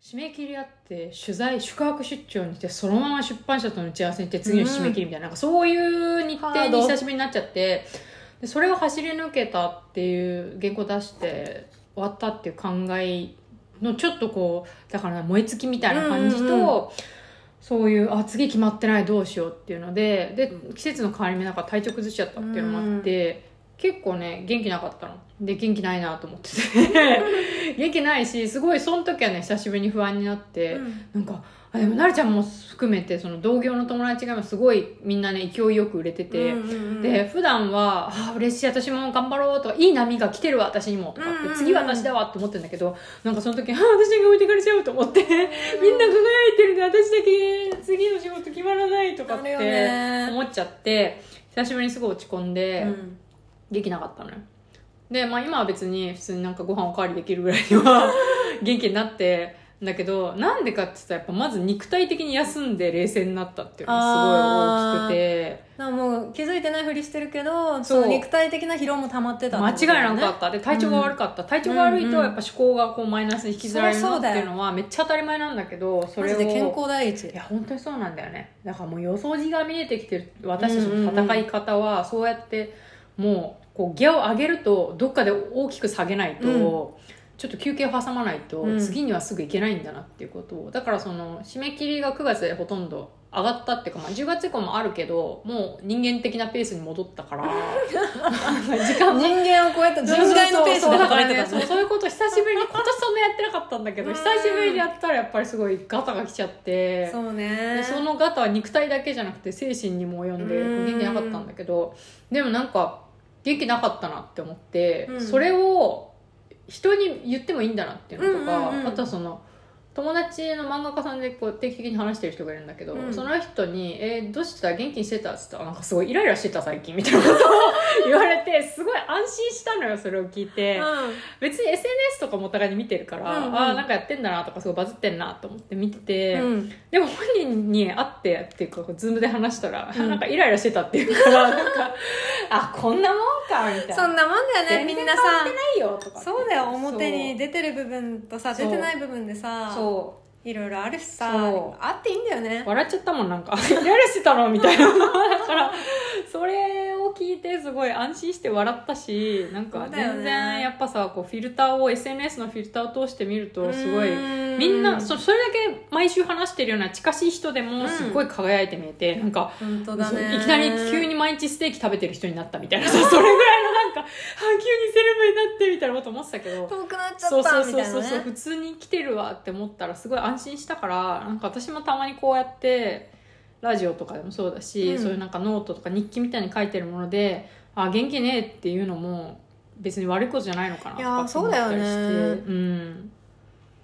締め切りあって取材宿泊出張に行ってそのまま出版社との打ち合わせに行って次の締め切りみたいな,、なんかそういう日程に久しぶりになっちゃってでそれを走り抜けたっていう原稿出して終わったっていう考えのちょっとこうだから燃え尽きみたいな感じと、うんうんうそういうあ次決まってないどうしようっていうのでで季節の変わり目だから体調崩しちゃったっていうのもあって。結構ね元気なかったので元気ないなと思ってて 元気ないしすごいその時はね久しぶりに不安になって、なんかあでもなるちゃんも含めてその同業の友達がすごいみんなね勢いよく売れてて、で普段は「あー嬉しい私も頑張ろう」とか「いい波が来てるわ私にも」とかってうんうんうん次は私だわ」って思ってるんだけどなんかその時「あー私が置いてかれちゃう」と思ってみんな輝いてるで私だけ次の仕事決まらないとかっあるよてね思っちゃって久しぶりにすごい落ち込んで。できなかったのよでまあ今は別に普通になんかご飯おかわりできるぐらいには元気になってんだけど なんでかって言ったらやっぱまず肉体的に休んで冷静になったっていうのがすごい大きくてなんかもう気づいてないふりしてるけどそうその肉体的な疲労も溜まってた間違いなかたったで体調が悪かった、体調が悪いとうんうんやっぱ思考がこうマイナスに引きずられるなっていうのはめっちゃ当たり前なんだけどそマれジをで健康第一いや本当にそうなんだよねだからもう予想地が見えてきてる私たちの戦い方はそうやってもうこうギアを上げるとどっかで大きく下げないと、うんちょっと休憩を挟まないとうん次にはすぐいけないんだなっていうことをだからその締め切りが9月でほとんど上がったっていうか、まあ、10月以降もあるけどもう人間的なペースに戻った から時間も人間を超えた人材のペースで働いてたそうそうそうそうそういうこと久しぶりに今年そんなやってなかったんだけどうん久しぶりにやったらやっぱりすごいガタが来ちゃってそうでねそのガタは肉体だけじゃなくて精神にも及んでうん元気なかったんだけどでもなんか元気なかったなって思って、うんそれを人に言ってもいいんだなっていうのとか、うんうんうんあとはその友達の漫画家さんでこう定期的に話してる人がいるんだけど、うんその人に「えーどうしてた元気にしてた?」っつったら「なんかすごいイライラしてた最近」みたいなことを言われ てすごい安心したのよそれを聞いて。別に SNS とかもお互いに見てるから、うんうんああなんかやってんだなとかすごいバズってんなと思って見てて、うんうんでも本人に会ってっていうかこうズームで話したら、うんなんかイライラしてたっていう からなんかあこんなもんかみたいなそんなもんだよね全然みんなさ変わってないよとかってそうだよ表に出てる部分とさそう出てない部分でさそいろいろあるしさそうあっていいんだよねう笑っちゃったもんなんかイライラしてたのみたいなだからそれを聞いてすごい安心して笑ったしなんかそうだよね全然やっぱさこうフィルターを SNS のフィルターを通して見るとすごいうんみんなそそれだけ毎週話してるような近しい人でもすごい輝いて見えて、なんか本当だねいきなり急に毎日ステーキ食べてる人になったみたいなさそれぐらいのなんかあ急にセレブになってみたいなこと思ってたけど遠くなっちゃそうっそたうみそうたいそうなそうね普通に来てるわって思ったらすごい安心したからなんか私もたまにこうやってラジオとかでもそうだし、うんそういうなんかノートとか日記みたいに書いてるものであ元気ねっていうのも別に悪いことじゃないのかなとかって思ったりしていやそうだよねうん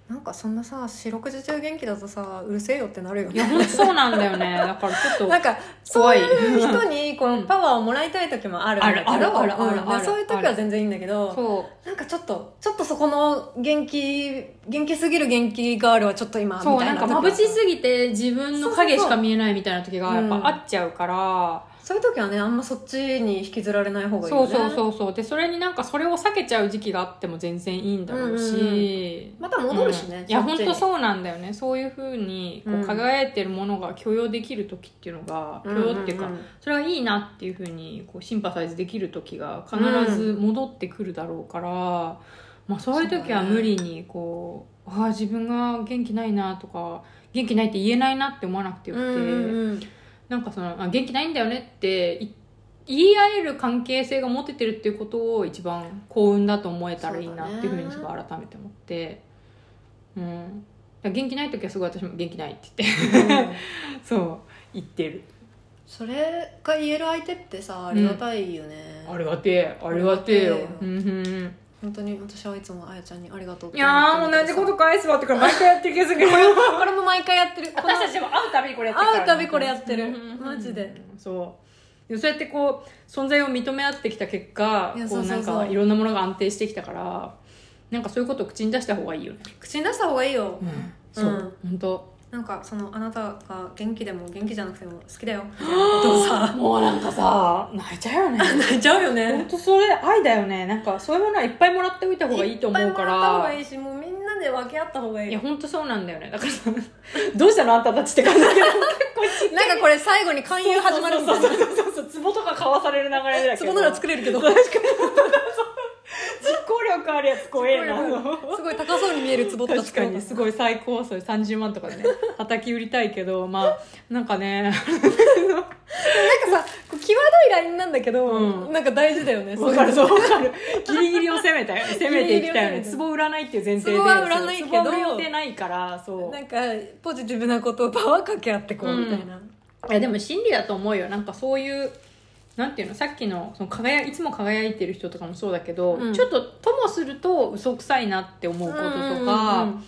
なんかそんなさ四六時中元気だとさうるせえよってなるよいやね本当そうなんだよねだからちょっ なんとか怖そういいう人にこうのんパワーをもらいたい時もあるんだけどあるあるあるあるうんであるそういう時は全然いいんだけどそうなんかちょっとちょっとそこの元気元気すぎる元気ガールはちょっと今そうみたないんなか眩しすぎて自分の影しか見えないみたいな時がやっぱあっちゃうからそういう時はねあんまそっちに引きずられない方がいいそようねそうそうそうでそれになんかそれを避けちゃう時期があっても全然いいんだろうし、また戻るしね、うんいや本当うそうなんだよねそういうふうにこううん輝いてるものが許容できる時っていうのが、許容っていうか、それがいいなっていうふうにこうシンパサイズできる時が必ず戻ってくるだろうから、まあ、そういう時は無理にこうああ自分が元気ないなとか元気ないって言えないなって思わなくてよくて、 なんかそのあ元気ないんだよねってい言い合える関係性が持ててるっていうことを一番幸運だと思えたらいいなっていうふうにすそうごだい改めて思ってう、ん、だから元気ない時はすごい私も元気ないって言って そう言ってるそれが言える相手ってさありがたいよね、ありがてえありがてえよありがうてんうん本当に私はいつもあやちゃんにありがとうってい思ってやるーんだ同けじどさこと返すわってから毎回やってる気がするけどこれも毎回やってるこの私たちも会うたびにこれやってるから会うたびこれやってるうんうんうんマジでそうでそうやってこう存在を認め合ってきた結果いやこそううそうなそんうかいろんなものが安定してきたからなんかそういうことを口に出した方がいいよね口に出した方がいいよそう、う本当なんかそのあなたが元気でも元気じゃなくても好きだ よみたいなことをさもうなんかさ泣いちゃうよね泣いちゃうよ 本ね当それ愛だよねなんかそういうものはいっぱいもらっておいた方がいいと思うかいっぱいもらった方らがいいしもうみんなで分け合った方がいいいや本当そうなんだよねだからさどうしたのあんたたちって感じだけどなんかこれ最後に勧誘始まるみたいなそうそうそうそうそう壺とか買わされる流れだけそどこなら作れるけど実行力あるやつ怖え なすごい高そうに見える壺とか確作かろうにすごい最高それ30万とかで ね叩き売りたいけどまあなんかねなんかさこう際どいラインなんだけど、うんなんか大事だよねわかるそうわかるギリギリを攻めた よ攻めていきたいよギリギリを攻めねて壺売らないっていう前提で壺は売らないけどそう壺は売ってないからそうなんかポジティブなことをパワーかけ合ってこうみたいな、いやでも真理だと思うよなんかそういうなんていうのさっきのその輝いつも輝いてる人とかもそうだけど、うんちょっとともすると嘘くさいなって思うこととか、うんうんうん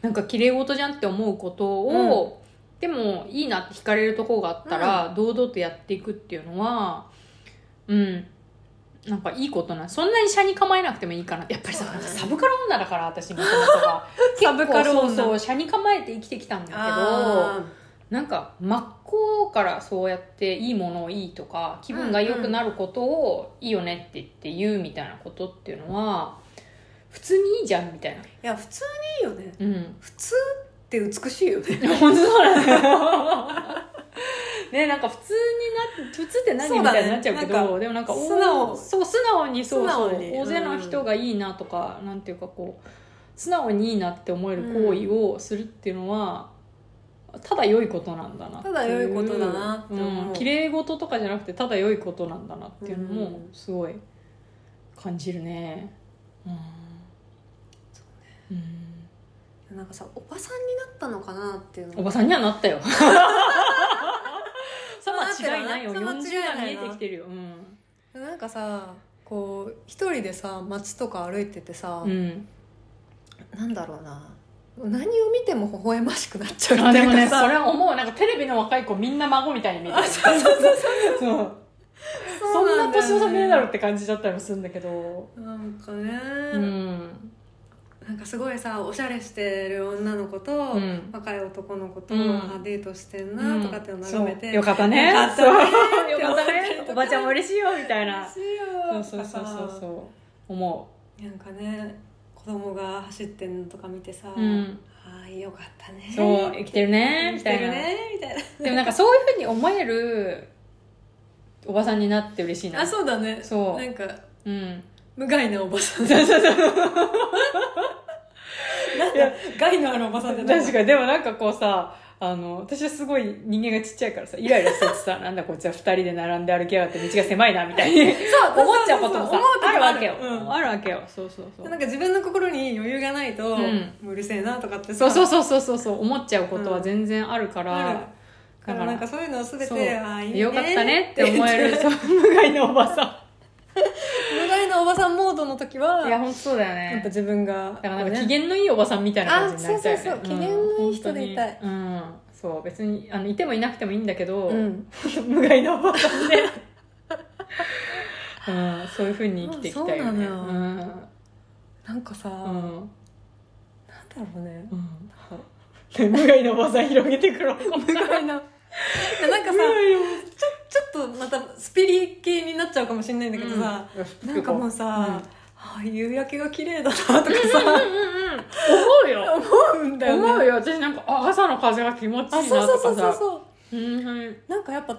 なんか綺麗事じゃんって思うことを、でもいいなって惹かれるところがあったら、堂々とやっていくっていうのはうんなんかいいことなそんなに社に構えなくてもいいかなやっぱりさそうだねサブカル女だから私もともとが サブカル女結構そうそう社に構えて生きてきたんだけどあなんか真っ向からそうやっていいものをいいとか気分が良くなることをいいよねって言って言うみたいなことっていうのは普通にいいじゃんみたいなーいや普通にいいよねうん普通って美しいよね 本当そうなんだよねなんか普通にな普通ってそ何うみただねいになっちゃうけどなんかでもなんかおー素直そう素直にそうそう素直に大勢の人がいいなとか、なんていうかこう素直にいいなって思える行為をするっていうのは、ただ良いことなんだなっていうただ良いことだなって思うん綺麗事とかじゃなくてただ良いことなんだなっていうのもうんすごい感じるねうんうんなんかさおばさんになったのかなっていうおのばさんにはなったよ。そは間違いないよ。そら間違40いない代な見えてきてるよ。うん。なんかさこう一人でさ街とか歩いててさ、うん。なんだろうな何を見ても微笑ましくなっちゃうあっていでうもかね、さそれは思う。なんかテレビの若い子みんな孫みたいに見えてる。そうそうそうそう。そんな年の差ねえだろって感じだったりもするんだけど。なんかね、うん。なんかすごいさおしゃれしてる女の子と、うん若い男の子と、うんあデートしてんなとかっていうのを眺めて、そうよかったね。よかったそうねよかったね。おばちゃんも嬉しいよみたいな。嬉しいよそうそうそうそううそう。思なんかね子供が走ってんのとか見てさ、う。うん。ああよかったねそう生きてる ねみ生きたているな。ねみたいでもなんかそういうふうに思えるおばさんになって嬉しいなな。あそうだねそうなんかうん。無害なおばさん なんか害のあるおばさんってなん確かにでもなんかこうさあの私はすごい人間がちっちゃいからさイライラしててさ なんだこいつは2人で並んで歩きやがって道が狭いなみたい にそう思っちゃうこともそさそそ思う時あもるわけよ、うんあるわけよそうそうそうなんか自分の心に余裕がないと、ううんうるせえなとかってそうそううそうそうそうそう思っちゃうことは全然あるかあるら、だからなんかそういうのを全そうてああいいねよかったねって思えるそう無害のおばさ 無害なおばさんモードの時はんいや本当そうだよやっぱね自分がだからなんかね機嫌のいいおばさんみたいな感じになりたいよねあそうそうそう機嫌のいい人でいたいうん本当にうんそう別にあのいてもいなくてもいいんだけど、うん、無害なおばさ んで、うん、そういうふうに生きていきたいよねそううなんなんかさ、うなんんだろうねうん無害なおばさん広げて くろう無害ないやなんかさちょっとまたスピリ系になっちゃうかもしれないんだけどさ、なんかもうさ、ああ夕焼けが綺麗だなと かさ、思うよ思うんだよね思うよ私なんかあ朝の風が気持ちいいあなそうそうそとうかそうさそううんはいなんかやっぱ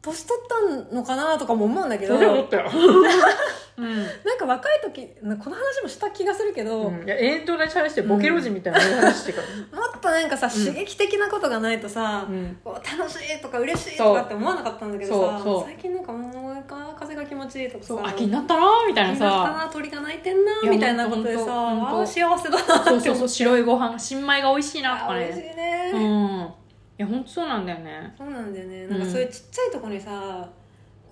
年取ったのかなとかも思うんだけそどうだよなん思ったよ うんか若い時なこの話もした気がするけど、もいや遠慮なし話してボケ老人みたいな話してからっとなんかさ、ん刺激的なことがないとさ、うんこう楽しいとか嬉しいとかって思わなかったんだけどさそうそう最近なんかもうか風が気持ちいいとかさそう秋になったなみたいな秋になったさな鳥が鳴いてんないやみたいなことでほさんとほんとああ幸せだなそうそうそう白いご飯新米が美味しいなと あかあね美味しいね、うんいや本当そうなんだよねそうなんだよねなんかそういうちっちゃいとこにさ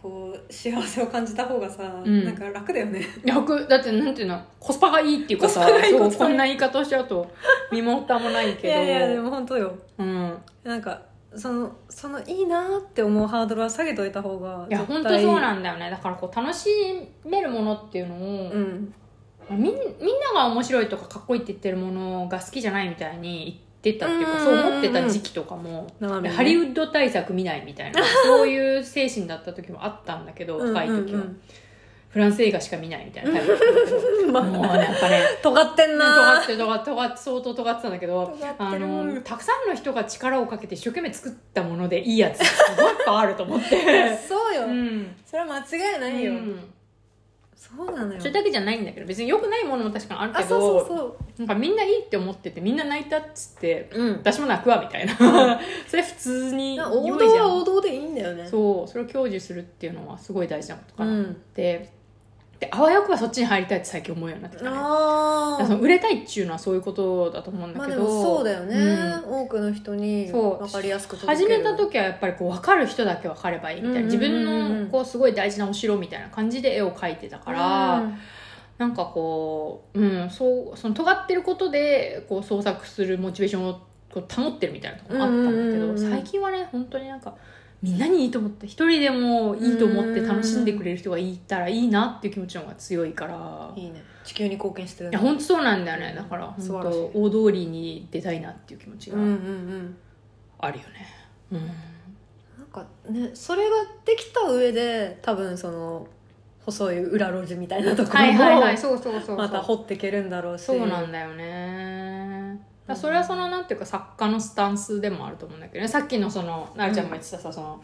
こう幸せを感じた方がさ、うんなんか楽だよね楽だってなんていうのコスパがいいっていうかさコスパがいいそコうスこパがいんいな言い方をしちゃうと身も蓋もないけども本当ようん、なんかそのそのいいなって思うハードルは下げといた方がいや本当そうのなんだよねだからこう楽しめるものっていうのを、うんみんみんなが面白いとかかっこいいって言ってるものが好きじゃないみたいに言ってたっていうか、うんそううんうんうん思ってた時期とかも、長めにねハリウッド対策見ないみたいなそういう精神だった時もあったんだけど若い時は、うんうんうんフランス映画しか見ないみたいなタイプだったん だけどもうなんかね尖って尖んなってる尖って尖って相当尖ってたんだけど尖ってあるのたくさんの人が力をかけて一生懸命作ったものでいいやつすごいいっぱいあると思ってそうよ、うんそれは間違いないよ、うんそうなのよそれだけじゃないんだけど別に良くないものも確かにあるあけそうどそうそなんかみんないいって思っててみんな泣いたっつってううん私も泣くわみたい なそれ普通に王良い道じゃはん王道でいいんだよねそうそれを享受するっていうのはすごい大事なことかうなっんて、であわよくばそっちに入りたいって最近思うようになってきた、ね、だあからそあの売れたいっていうのはそういうことだと思うんだまあけでど、もそうだよね、うん多くの人にそう分かりやすく届始けるめた時はやっぱりこう分かる人だけ分かればいいみたいな、うんうん自うんうん分のこうすごい大事なお城みたいな感じで絵を描いてたから、うんなんかこう、うん、そうその尖ってることでこう創作するモチベーションをこう保ってるみたいなとこもあったんだけど、うんうんうんうん最近はね本当になんかみんなにいいと思って一人でもいいと思って楽しんでくれる人がいたらいいなっていう気持ちの方が強いから。いいね地球に貢献してるいや本当そうなんだよねだから素晴本らしい当大通りに出たいなっていう気持ちがうんうんうんあるよね、うんなんかねそれができた上で多分その細い裏路地みたいなところはいはいはいもそうそうそうそうまた掘っていけるんだろうしそうなんだよねだからそれはそのなんていうか作家のスタンスでもあると思うんだけどねさっきのそのなるちゃんも言ってたさ、その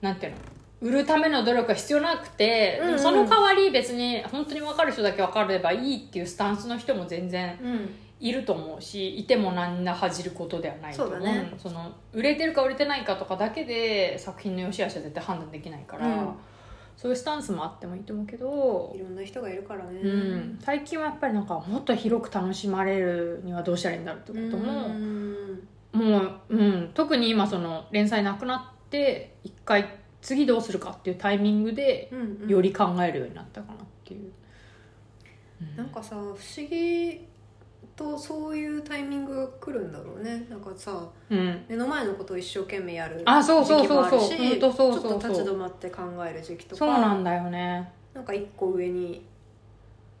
なんていうの売るための努力は必要なくて、うんうんその代わり別に本当に分かる人だけ分かればいいっていうスタンスの人も全然うんいると思うしいても何ら恥じることではないと思うそうだねその売れてるか売れてないかとかだけで作品の良し悪しは絶対判断できないから、うんそういうスタンスもあってもいいと思うけどいろんな人がいるからねうん、最近はやっぱりなんかもっと広く楽しまれるにはどうしたらいいんだろうってことうも、んもう、うん、特に今その連載なくなって一回次どうするかっていうタイミングでうんうんより考えるようになったかなっていう、うんなんかさ不思議とそういうタイミングが来るんだろうねなんかさうん目の前のことを一生懸命やるあそう時そう期もそあうそるう本し当そうそうちそょっと立ちう止まって考える時期とかそうなんだよねなんか一個上に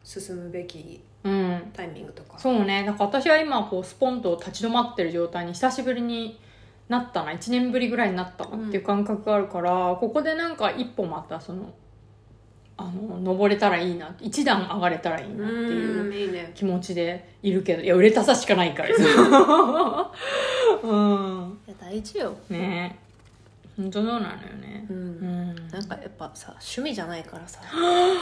進むべきうんタイミングとかそうねだから私は今こうスポンと立ち止まってる状態に久しぶりになったな1年ぶりぐらいになったなっていう感覚があるから、ここでなんか一歩またそのあの登れたらいいな一段上がれたらいいなっていううんいいね気持ちでいるけどいや売れたさしかない からさうんいや大事よ、ねえ本当そうなのよねう、うんんなんかやっぱさ趣味じゃないからさそうなんだよ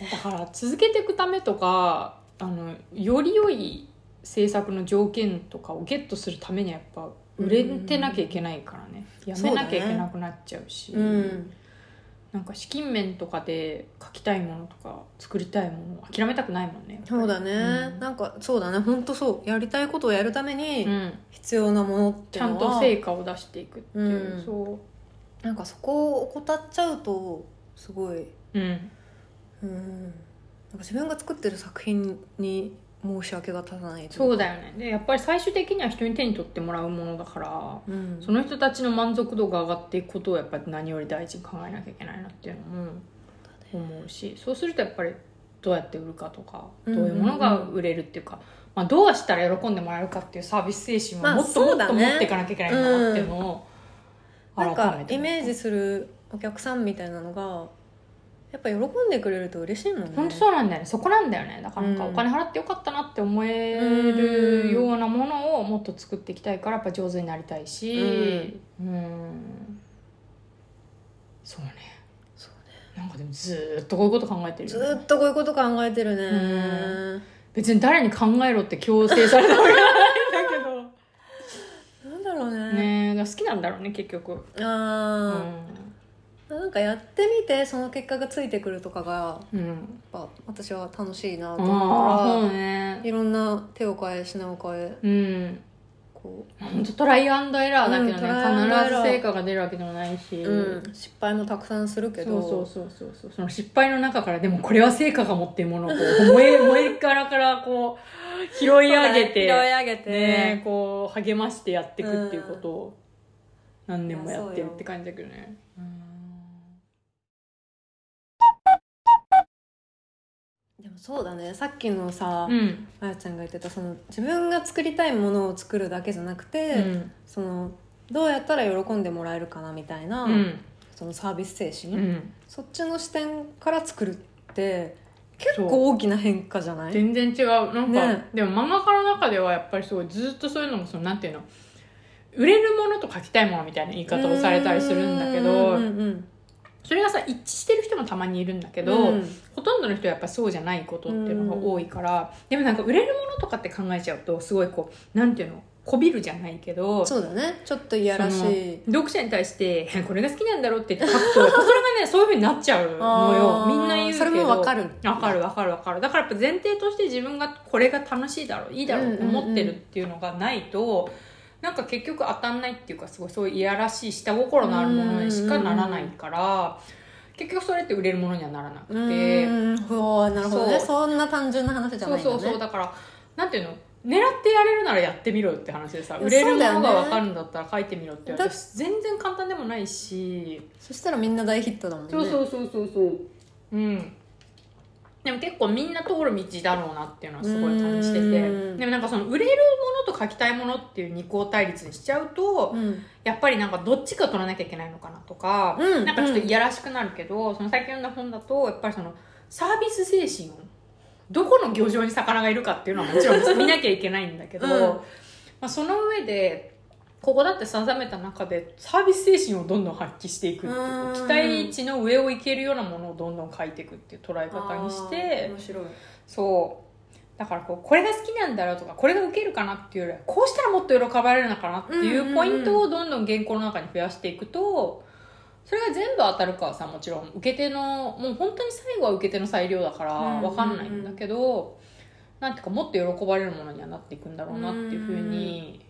ねだから続けていくためとかあのより良い制作の条件とかをゲットするためにはやっぱ売れてなきゃいけないからね、んやめなきゃいけなくなっちゃうしうんなんか資金面とかで書きたいものとか作りたいもの諦めたくないもんねそうだね、うんなんかそうだね本当そうやりたいことをやるためうにん、必要なものってちいうゃのんは、と成果を出していくっていう、うんそなんかそこを怠っちゃうとすごい、ううんうん、なんか自分が作ってる作品に申し訳が立たないといそううかだよねでやっぱり最終的には人に手に取ってもらうものだからうんその人たちの満足度が上がっていくことをやっぱり何より大事に考えなきゃいけないなっていうのも思うしそうするとやっぱりどうやって売るかとかどううんうんうんいうものが売れるっていうか、まあ、どうしたら喜んでもらえるかっていうサービス精神まあをもっともそっうだとね持っていかなきゃいけないんだなっていうのを改なめんて思かイメージするお客さんみたいなのがやっぱ喜んでくれると嬉しいもんね本当そうなんだよねそこなんだよねだからなんかうおん金払ってよかったなって思えるようなものをもっと作っていきたいからやっぱ上手になりたいしうんそうねそうなんかでもずーっとこういうこと考えてるずよねーっとこういうこと考えてるね、う別に誰に考えろって強制されたわけじゃないん だなんだろうけねどねえだから好きなんだろうね結局うあんー、なんかやってみてその結果がついてくるとかがやっうんぱ私は楽しいなとああそ思ううからねいろんな手を変え品を変えうんこ本当トライアンドエラーだけどね、うんトライアンドエラー必ず成果が出るわけでもないし、う、うん、失敗もたくさんするけそどうそうそうそうそうその失敗の中からでもこれは成果が持っているものをこう 燃え燃えからからこう拾い上げて拾い上げて、ねこう励ましてやっていくっていうことを何年もやってるって感じだけどねでもそうだねさっきのさ、うんあやちゃんが言ってたその自分が作りたいものを作るだけじゃなくて、うんそのどうやったら喜んでもらえるかなみたいな、うんそのサービス精神、うん、そっちの視点から作るって結構大きな変化じゃない全然違うなんか、ねでも漫画家の中ではやっぱりすごいずっとそういうのもそのなんていうの売れるものと書きたいものみたいな言い方をされたりするんだけどうんうんうんそれがさ一致してる人もたまにいるんだけど、ほとんどの人はやっぱそうじゃないことっていうのが多いから、でもなんか売れるものとかって考えちゃうとすごいこうなんていうのこびるじゃないけどそうだねちょっといやらしい読者に対して 「これが好きなんだろ」うって言って書くとやっぱそれがねそういうふうになっちゃうのよあーみんな言うけどそれもわかるわかるわかるわかるだからやっぱ前提として自分がこれが楽しいだろういいだろうと思ってるっていうのがないと、なんか結局当たんないっていうかすごいそういういやらしい下心のあるものにしかならないから、結局それって売れるものにはならなくて。うんほうなるほどねそうそんな単純な話じゃそなういんだそねうそうだからなんていうの狙ってやれるならやってみろよって話でさ売れるものが分かるんだったら書いてみろって言われてだ全然簡単でもないし、そしたらみんな大ヒットだもんねそうそうそうそうそううんでも結構みんな通る道だろうなっていうのはすごい感じてうてんでもなんかその売れるものと書きたいものっていう二項対立にしちゃうとうんやっぱりなんかどっちか取らなきゃいけないのかなとか、うんなんかちょっといやらしくなるけど、その最近読んだ本だとやっぱりそのサービス精神をどこの漁場に魚がいるかっていうのはもちろん見 なきゃいけないんだけど、うんまあ、その上でここだって定めた中でサービス精神をどんどん発揮していくっていううん期待値の上をいけるようなものをどんどん書いていくっていう捉え方にしてあー面白いそうだからこうこれが好きなんだろうとかこれがウケるかなっていうよりはこうしたらもっと喜ばれるのかなっていんうんううんうポイントをどんどん原稿の中に増やしていくとそれが全部当たるかはさもちろん受け手のもう本当に最後は受け手の裁量だからうんうんうんわかんないんだけどなんていうかもっと喜ばれるものにはなっていくんだろうなっていうふうに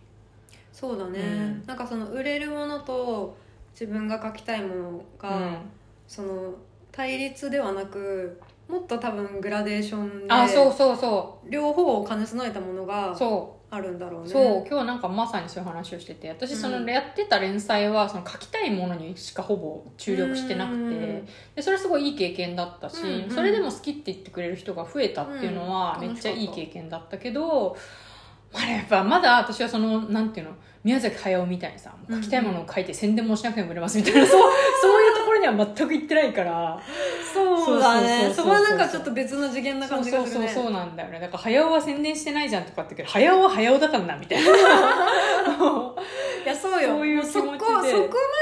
そうだね、うんなんかその売れるものと自分が書きたいものが、その対立ではなくもっと多分グラデーションであそうそうそ両方を兼ね備えたものがうそうあるんだろうねそう今日なんかまさにそういう話をしてて私そうんのやってた連載はその書きたいものにしかほぼ注力してなくうんてでそれすごいいい経験だったし、うんうんそれでも好きって言ってくれる人が増えたっていうのはうめんっちゃいい経験だったけど、まあねやっぱまだ私はそのなんていうの宮崎駿みたいにさ書きたいものを書いて宣伝もしなくても売れますみたいな、そうそういうところには全く行ってないから。そうだねそそうそうそうそうこはなんかちょっと別の次元なそう感じがするねそうそうそうなんだよねだから早尾は宣伝してないじゃんとかって言うけど早尾は早尾だからなみたいな いやそうよそういう気持ちでそこそこま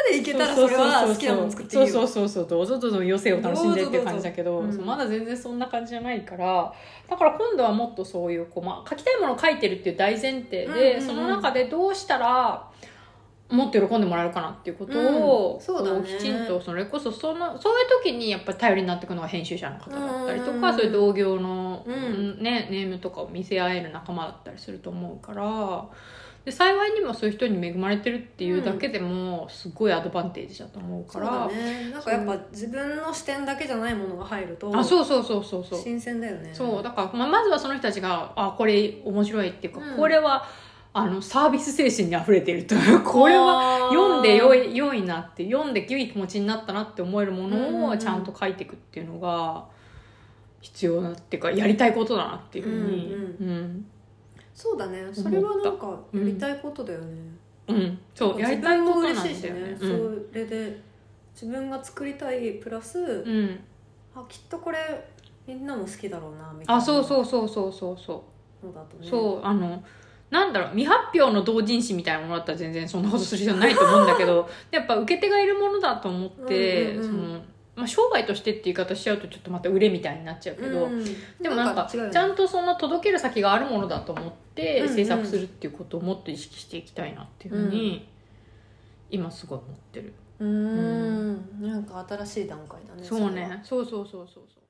でいけたらそれは好きなもの作っていいよそうそうそうそうどうぞどうぞ余生を楽しんでっていう感じだけどどうぞどうぞうんまだ全然そんな感じじゃないからだから今度はもっとそういうこう、まあ、書きたいものを書いてるっていう大前提で、うんうんうんその中でどうしたらもっと喜んでもらえるかなっていうことを、うんそうだねこきちんとそれこそそのそういう時にやっぱり頼りになってくのが編集者の方だったりとうんうんうか、んそういう同業の、うんね、ネームとかを見せ合える仲間だったりすると思うから。で幸いにもそういう人に恵まれてるっていうだけでもすごいアドバンテージだと思うそかうら、だねなんかやっぱ自分の視点だけじゃないものが入るとあそうそうそうそうそう新鮮だよねそうだから、まあ、まずはその人たちがあこれ面白いっていうか、うんこれはあのサービス精神にあふれているというこれはは読んで良いい良いなって読んで良い気持ちになったなって思えるもうんうんうのんをちゃんと書いていくっていうのが必要なっていうかやりたいことだなっていうふうにううん、そうだねそれはなんかやうんりたいことだよねうんそうや自りたい分こもとなんだ嬉しいしよねね、うんそれで自分が作りたいプラスうん、あきっとこれみんなも好きだろうなみたいあなそうそうそうそうそうそうのだとねそうあのなんだろう未発表の同人誌みたいなものだったら全然そんなことする必要ないと思うんだけ どやっぱ受け手がいるものだと思って、うんうんうんそのまあ、商売としてって言い方しちゃうとちょっとまた売れみたいになっちゃうけど、んでもなんか違うよねちゃんとその届ける先があるものだと思っうんてうん制作するっていうことをもっと意識していきたいなっていうふうに、今すごい思ってる、うーんなんか新しい段階だねそうねそうそうそうそうそう